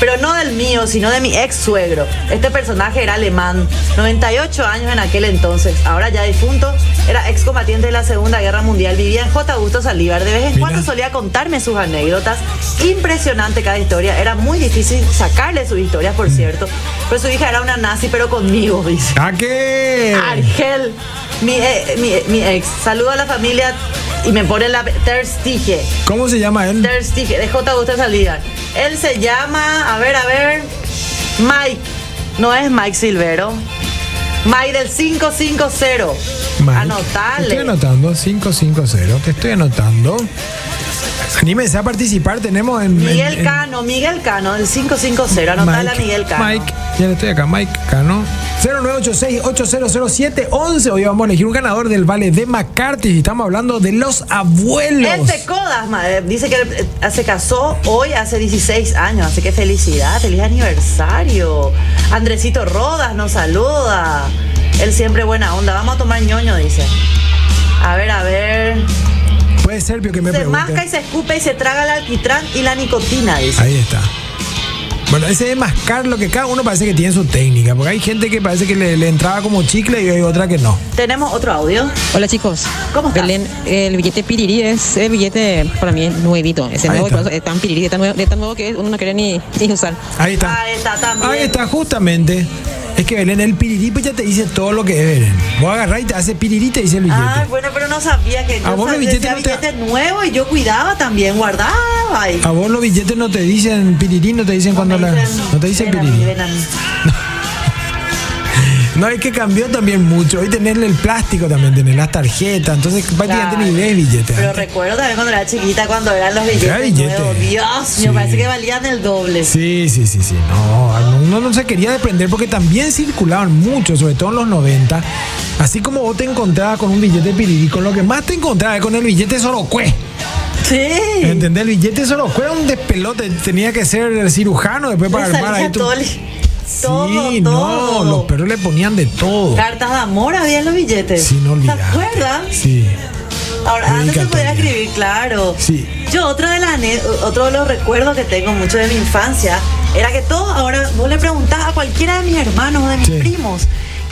Pero no del mío, sino de mi ex suegro. Este personaje era alemán, 98 años en aquel entonces, ahora ya difunto, era excombatiente de la Segunda Guerra Mundial, vivía en J. Augusto Salívar. De vez en Mira. cuando solía contarme sus anécdotas. Impresionante cada historia, era muy difícil sacarle sus historias, por cierto. Pero su hija era una nazi, pero conmigo, <laughs> dice. ¿A qué? Argel, mi, eh, mi, mi ex. Saludo a la familia y me pone la terstige. ¿Cómo se llama él? Thirsty, de J. Gusta Saldívar. Él se llama, a ver, a ver, Mike. No es Mike Silvero. Mike del 550. Mike. Te Anotale. Estoy anotando, 550. Te estoy anotando. Anímense a participar. Tenemos en. en- Miguel en Cano, Miguel Cano, del 550. Anotale a Mike. Miguel Cano. Mike, ya le estoy acá, Mike Cano. 0986-800711. Hoy vamos a elegir un ganador del vale de McCarthy. Y Estamos hablando de los abuelos. Este Codas madre, dice que él, eh, se casó hoy hace 16 años, así que felicidad, feliz aniversario. Andresito Rodas nos saluda. Él siempre buena onda. Vamos a tomar ñoño, dice. A ver, a ver. Puede ser, Pio, que me se masca y pregunte. se escupe y se traga el alquitrán y la nicotina, dice. Ahí está. Bueno, ese de mascar lo que cada uno parece que tiene su técnica. Porque hay gente que parece que le, le entraba como chicle y hay otra que no. Tenemos otro audio. Hola chicos. ¿Cómo estás? Belén, el billete pirirí es el billete para mí es nuevito. Es Ahí el nuevo, y está. por eso es tan pirirí, es tan nuevo, es tan nuevo que uno no quiere ni, ni usar. Ahí está. Ahí está también. Ahí está, justamente. Es que Belén, el piriripo ya te dice todo lo que es Belén. Vos agarrás y te hace piriri y te dice el billete. Ah, bueno, pero no sabía que yo ¿A vos los sabía billetes decía no te- billete nuevo y yo cuidaba también, guardaba. Y... A vos los billetes no te dicen piriri, no te dicen cuando me la. dicen, No te dicen ven a mí, piriri. ven a mí. No, es que cambió también mucho. Hoy tenerle el plástico también, tener las tarjetas. Entonces, prácticamente ni ves billetes. Pero antes. recuerdo también cuando era chiquita, cuando eran los billetes. Era billete. nuevos. "Oh, Dios mío, Sí. parece que valían el doble. Sí, sí, sí, sí. No, uno no se quería desprender porque también circulaban mucho, sobre todo en los 90. Así como vos te encontrabas con un billete piriri, con lo que más te encontrabas es con el billete pues. Sorocue. Sí. ¿Entendés? El billete solo fue un despelote. Tenía que ser el cirujano después para Le armar salía ahí tu... todo, todo, sí, todo. no, los perros le ponían de todo. Cartas de amor había en los billetes. Sí, no olvidar. ¿Te acuerdas? Sí. Ahora, antes se podía Dedicatoria. escribir, claro. Sí. Yo, otra de las ane- otro de los recuerdos que tengo mucho de mi infancia era que todo, ahora vos le preguntás a cualquiera de mis hermanos o de mis Sí. primos.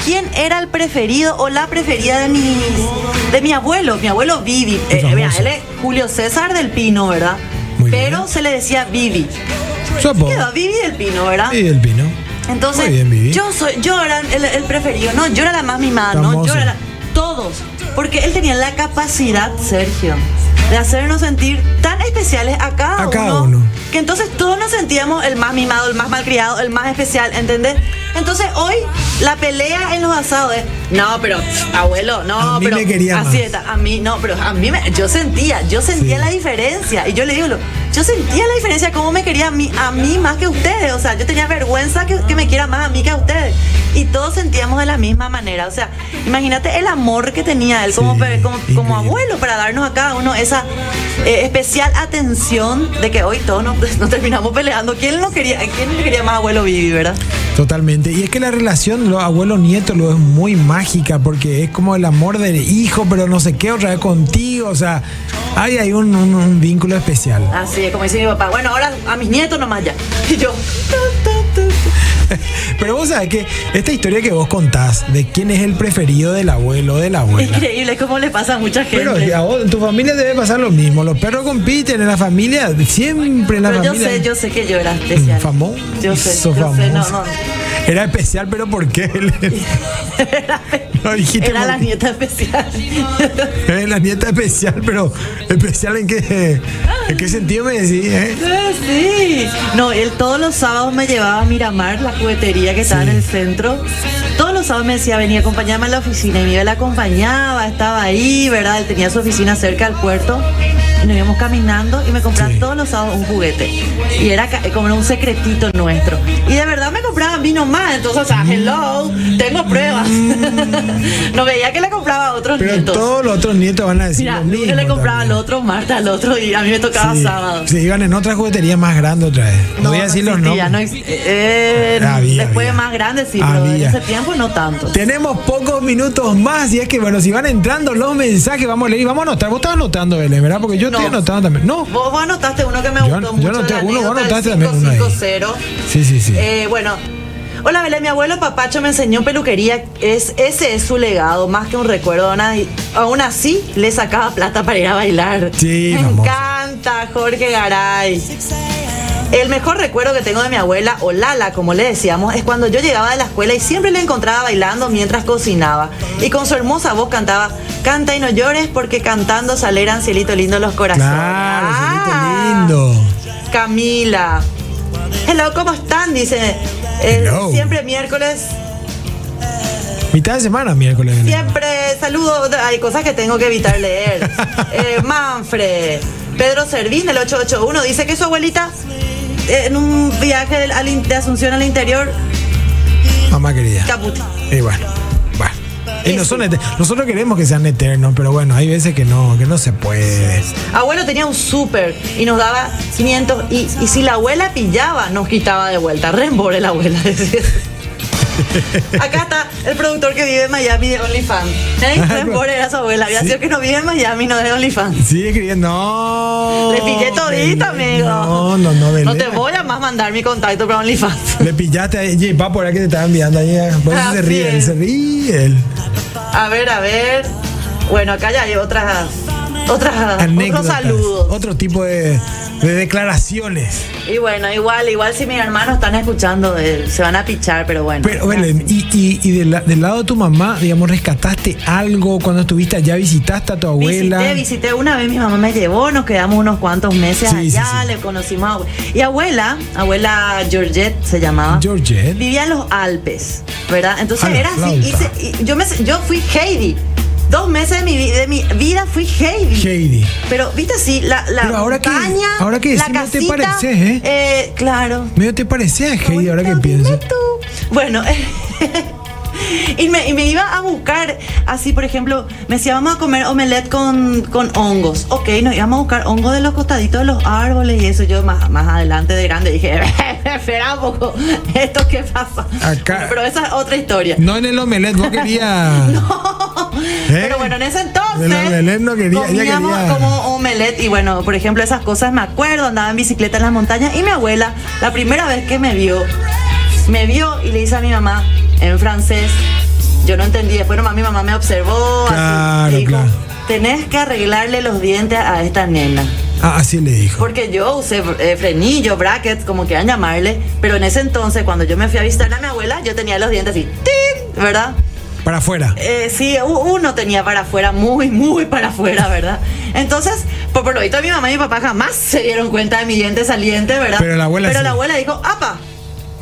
¿Quién era el preferido o la preferida de mi, de mi abuelo? Mi abuelo Vivi. Eh, famoso. mira, él es Julio César del Pino, ¿verdad? Muy Muy bien. pero se le decía Vivi. Su apodo. Quedó Vivi del Pino, ¿verdad? Y el vino. Entonces, Muy bien, Vivi. yo soy, yo era el, el preferido, no, yo era la más mimada, no, Famoso. yo era la- todos. Porque él tenía la capacidad, Sergio, de hacernos sentir tan especiales a cada, A cada uno. Que entonces todos nos sentíamos el más mimado, el más malcriado, el más especial, ¿entendés? Entonces hoy la pelea en los asados es, no, pero abuelo, no, A mí pero me quería así más. está, a mí no, pero a mí me, yo sentía, yo sentía Sí. la diferencia y yo le digo, lo- yo sentía la diferencia cómo me quería a mí, a mí más que a ustedes, o sea, yo tenía vergüenza que, que me quiera más a mí que a ustedes y todos sentíamos de la misma manera, o sea, imagínate el amor que tenía él como, Sí, pe- como, como increíble. abuelo para darnos a cada uno esa eh, especial atención de que hoy todos nos, nos terminamos peleando, ¿quién no quería, quién le quería más abuelo Vivi, verdad? Totalmente. Y es que la relación los abuelo-nieto lo es muy mágica porque es como el amor del hijo, pero no sé qué, otra vez contigo. O sea, hay, hay un, un- un vínculo especial. <laughs> Así es como dice mi papá, bueno, ahora a mis nietos nomás ya, y yo... Pero vos sabés que esta historia que vos contás de quién es el preferido del abuelo, de la abuela. Increíble cómo le pasa a mucha gente. Pero a vos, en tu familia debe pasar lo mismo. Los perros compiten en la familia, siempre en la Pero yo familia. Mm, sé, yo sé que yo era especial. Famoso. Yo sé, Sos yo sé, no, famoso. no. <laughs> Era especial, pero ¿por qué? <laughs> Era, No, dijiste era por la qué. nieta especial. Eh, la nieta especial, pero especial en qué, en qué sentido me decís, eh? sí. No, él todos los sábados me llevaba a Miramar, la juguetería que estaba en el centro. Todos los sábados me decía, venía, acompañarme a la oficina. Y mi la acompañaba, estaba ahí, ¿verdad? Él tenía su oficina cerca del puerto. Y nos íbamos caminando y me compraban Sí. todos los sábados un juguete. Y era ca- eh, como un secretito nuestro. Y de verdad me compraban vino más. Entonces, o sea, hello, tengo pruebas. <laughs> no veía que le compraba a otros Pero nietos. todos los otros nietos van a decir Mira, lo mismo. yo le compraba al también. otro, Marta al otro y a mí me tocaba Sí, sábado. Se iban en otra juguetería más grande otra vez. No, voy a decir los existía, nombres. no ex- eh, eh, Había, después de había. más grande, sí, pero en Había. ese tiempo no tanto. Tenemos pocos minutos más y es que, bueno, si van entrando los mensajes, vamos a leer y vamos a anotar. Vos estás anotando, Belén, ¿verdad? Porque yo estoy No. anotando también. No. Vos, vos anotaste uno que me Yo- gustó yo mucho. anoté la uno, vos anécdota anotaste del también uno ahí. 550. Sí, sí, sí. Eh, bueno. Hola Belén, mi abuelo Papacho me enseñó peluquería, es, ese es su legado, más que un recuerdo, aún así- aún así le sacaba plata para ir a bailar. Sí, me famoso. encanta Jorge Garay. El mejor recuerdo que tengo de mi abuela, o Lala, como le decíamos, es cuando yo llegaba de la escuela y siempre la encontraba bailando mientras cocinaba. Y con su hermosa voz cantaba, canta y no llores porque cantando se alegran cielito lindo los corazones. Claro, Ah. cielito lindo. Camila. Hello, ¿cómo están? Dice, eh, Hello. siempre miércoles, Mitad de semana, miércoles. Belén. siempre saludos. Hay cosas que tengo que evitar leer. Eh, Manfred, Pedro Servín, el 881, dice que su abuelita eh, en un viaje del- al in- de Asunción al interior, Mamá querida. caput. Y bueno, bueno. Y no son eter- Nosotros queremos que sean eternos, pero bueno, hay veces que no, que no se puede. Abuelo tenía un súper y nos daba 500 y, y si la abuela pillaba, nos quitaba de vuelta. Reembore la abuela, <laughs> decía. Acá está el productor que vive en Miami de OnlyFans. <laughs> ¿Eh? Reembore era su abuela. Había Sí. sido que no vive en Miami, no de OnlyFans. Sigue escribiendo. No. Le pillé todito, Belén, amigo. No, no, no, No Belén. te voy a más mandar mi contacto para OnlyFans. Le pillaste a J. Va por ahí que te estaba enviando ahí. Por eso Ah, se sí. ríe, él se ríe. él. A ver, a ver. Bueno, acá ya hay otras. Otras. Otros Anécdotas. saludos. Otro tipo de, de declaraciones. Y bueno, igual, igual si mis hermanos están escuchando, eh, se van a pichar, pero bueno. Pero, Belén, y, y, y de la- del lado de tu mamá, digamos, rescataste algo cuando estuviste allá, visitaste a tu abuela. Visité, visité una vez, mi mamá me llevó, nos quedamos unos cuantos meses Sí, sí, allá, sí. le conocimos a abue- Y abuela, abuela Georgette se llamaba. Georgette. Vivía en los Alpes, ¿verdad? Entonces A la era así, flauta. hice- y yo, me, yo fui Heidi. Dos meses de mi, vi- de mi vida fui Heidi. Heidi. pero viste así, la, la Pero ahora que- montaña, ahora que la decís, no te casita, pareces, ¿eh? eh, claro. Medio te parecía a Heidi ahora que Abuelita, pienso. dime tú. Bueno. <laughs> Y me, y me iba a buscar, así por ejemplo, me decía, vamos a comer omelette con, con hongos. Ok, nos íbamos a buscar hongos de los costaditos de los árboles y eso. Yo más, más adelante de grande dije, <laughs> espera un poco, <laughs> ¿esto qué pasa? Acá- Pero esa es otra historia. No en el omelette, vos <laughs> querías. Pero bueno, en ese entonces El omelette no quería, ella comíamos quería- como omelette y bueno, por ejemplo, esas cosas me acuerdo, andaba en bicicleta en las montañas y mi abuela, la primera vez que me vio, me vio y le dice a mi mamá en francés, yo no entendí, después nomás mi mamá me observó, así, Claro, y dijo, claro. tenés que arreglarle los dientes a esta nena. Ah, así le dijo. Porque yo usé eh, frenillo, brackets, como quieran llamarle. Pero en ese entonces, cuando yo me fui a visitar a mi abuela, yo tenía los dientes así, ¡tin! ¿verdad? Para afuera. Eh, sí, u- uno tenía para afuera, muy, muy para afuera, ¿verdad? Entonces, por, por lo visto, mi mamá y mi papá jamás se dieron cuenta de mi diente saliente, ¿verdad? Pero la abuela Pero sí. la abuela dijo, ¡apa!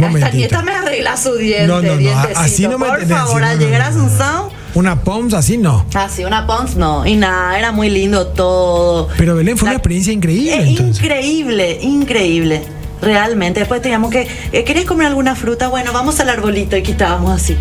Esta Momentito. nieta me arregla su diente, No, no, no, a- dientecito. así no me Por entendés, favor, no, al no, llegar a no, no. Asunción, Una POMS así no. así una Pons no. Y nada, era muy lindo todo. Pero Belén fue La- una experiencia increíble. Eh, entonces. increíble, increíble. Realmente. Después teníamos que. eh, ¿Querés comer alguna fruta? Bueno, vamos al arbolito y quitábamos así.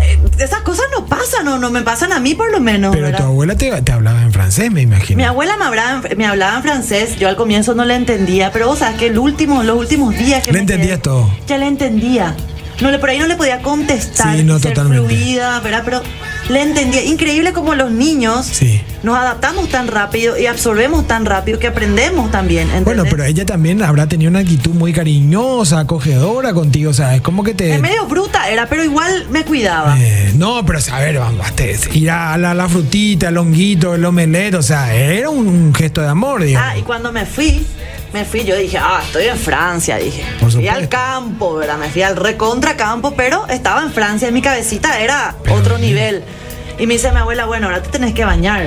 Eh, esas cosas no pasan, no, no me pasan a mí por lo menos. Pero ¿verdad? tu abuela te, te hablaba en francés, me imagino. Mi abuela me hablaba, en- me hablaba en francés, yo al comienzo no le entendía, pero vos sabes que el último, los últimos días que Le me quedé, entendías todo. Ya le entendía. No, le- por ahí no le podía contestar, Sí, no, ser totalmente. fluida, ¿verdad? Pero le entendía. Increíble como los niños Sí. nos adaptamos tan rápido y absorbemos tan rápido que aprendemos también. ¿entendés? Bueno, pero eh, ella también habrá tenido una actitud muy cariñosa, acogedora contigo. O sea, es como que te. Es medio bruta era, pero igual me cuidaba. Eh, no, pero o sea, a ver, vamos, te- ir a la, la frutita, el honguito, el omelette, o sea, era un, un gesto de amor, digamos. Ah, y cuando me fui, me fui, yo dije, ah, estoy en Francia, dije. Por fui al supuesto. campo, ¿verdad? Me fui al recontra campo, pero estaba en Francia y mi cabecita era Pero otro bien. nivel. Y me dice mi abuela, bueno, ahora te tenés que bañar.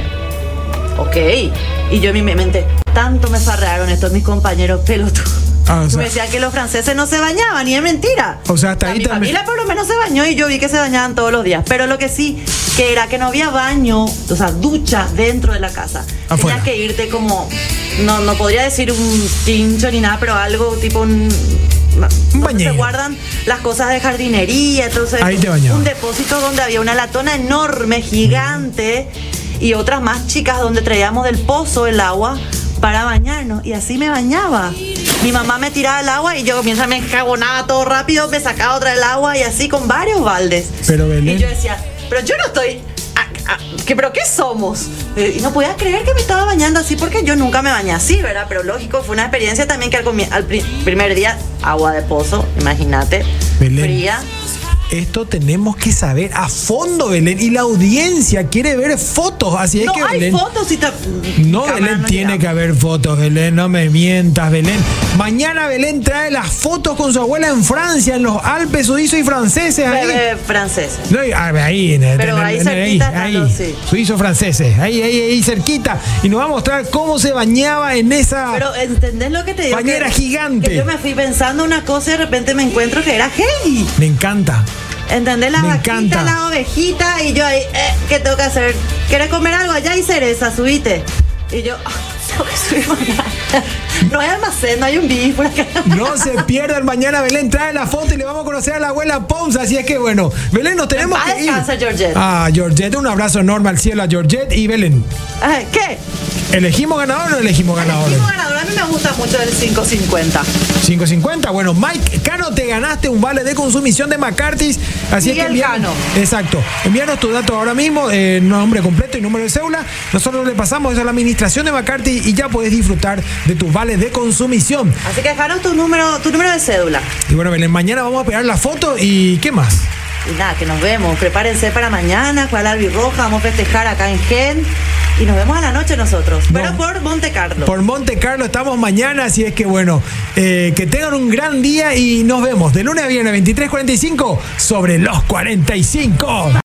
Ok. Y yo en mi mente, tanto me farrearon estos mis compañeros pelotudos. Ah, o <laughs> sea- me decían que los franceses no se bañaban y es mentira. O sea, hasta ahí mi también- familia por lo menos se bañó y yo vi que se bañaban todos los días. Pero lo que sí, que era que no había baño, o sea, ducha dentro de la casa. Afuera. Tenías que irte como, no, no podría decir un pincho ni nada, pero algo tipo un... donde se bañero. guardan las cosas de jardinería, entonces Ahí te bañabas. un depósito donde había una latona enorme, gigante, y otras más chicas donde traíamos del pozo el agua para bañarnos. Y así me bañaba. Mi mamá me tiraba el agua y yo mientras me enjabonaba todo rápido, me sacaba otra el agua y así con varios baldes. Pero, Belén. Y yo decía, pero yo no estoy... a- a- ¿qué- ¿Pero qué somos? Eh, y no podía creer que me estaba bañando así porque yo nunca me bañé así, ¿verdad? Pero lógico, fue una experiencia también que al, comi- al pri- primer día, agua de pozo, imagínate, Belén. fría. Esto tenemos que saber a fondo, Belén. Y la audiencia quiere ver fotos, así no es que hay Belén. fotos y ta- No, cámara Belén no tiene que llegaba. haber fotos, Belén, no me mientas, Belén. Mañana Belén trae las fotos con su abuela en Francia, en los Alpes suizos y franceses ahí. Bebé francesa. No, y- ah, ahí, en el- Pero en el- ahí en el- cerquita están ahí, los- ahí, sí. suizos franceses, eh. ahí, ahí, ahí cerquita. Y nos va a mostrar cómo se bañaba en esa. Pero ¿entendés lo que te digo? Bañera Que- gigante. que yo me fui pensando una cosa y de repente me encuentro que era heavy. Me encanta. ¿Entendés? La Me encanta. vaquita, la ovejita y yo ahí, eh, ¿qué tengo que hacer? ¿Querés comer algo? Allá hay cereza, subite. Y yo, ah, tengo que subir mañana. <laughs> No hay almacén, no hay un bife por acá. No se pierdan mañana, Belén trae la foto y le vamos a conocer a la abuela Pons. Así es que bueno, Belén, nos tenemos paz que ir. descanse, Georgette. Ah, Georgette, un abrazo enorme al cielo a Georgette y Belén. <laughs> Ay, ¿Qué? ¿Elegimos ganador o no elegimos ganador? Elegimos ganador. A mí me gusta mucho el 550. 5.50. Bueno, Mike Cano, te ganaste un vale de consumición de McCarthy's. Así es que Miguel Cano. Exacto. Envíanos tu dato ahora mismo, eh, nombre completo y número de cédula. Nosotros le pasamos eso a la administración de McCarthy y ya puedes disfrutar de tus vales de consumición. Así que dejaron tu número, tu número de cédula. Y bueno, Belén, mañana vamos a pegar la foto y ¿qué más? Y nada, que nos vemos. Prepárense para mañana, jugar la albirroja, vamos a festejar acá en Gen. Y nos vemos a la noche nosotros. Pero por Monte Carlo. Por Monte Carlo estamos mañana, así es que bueno, eh, que tengan un gran día y nos vemos de lunes a viernes 23.45 sobre los 45.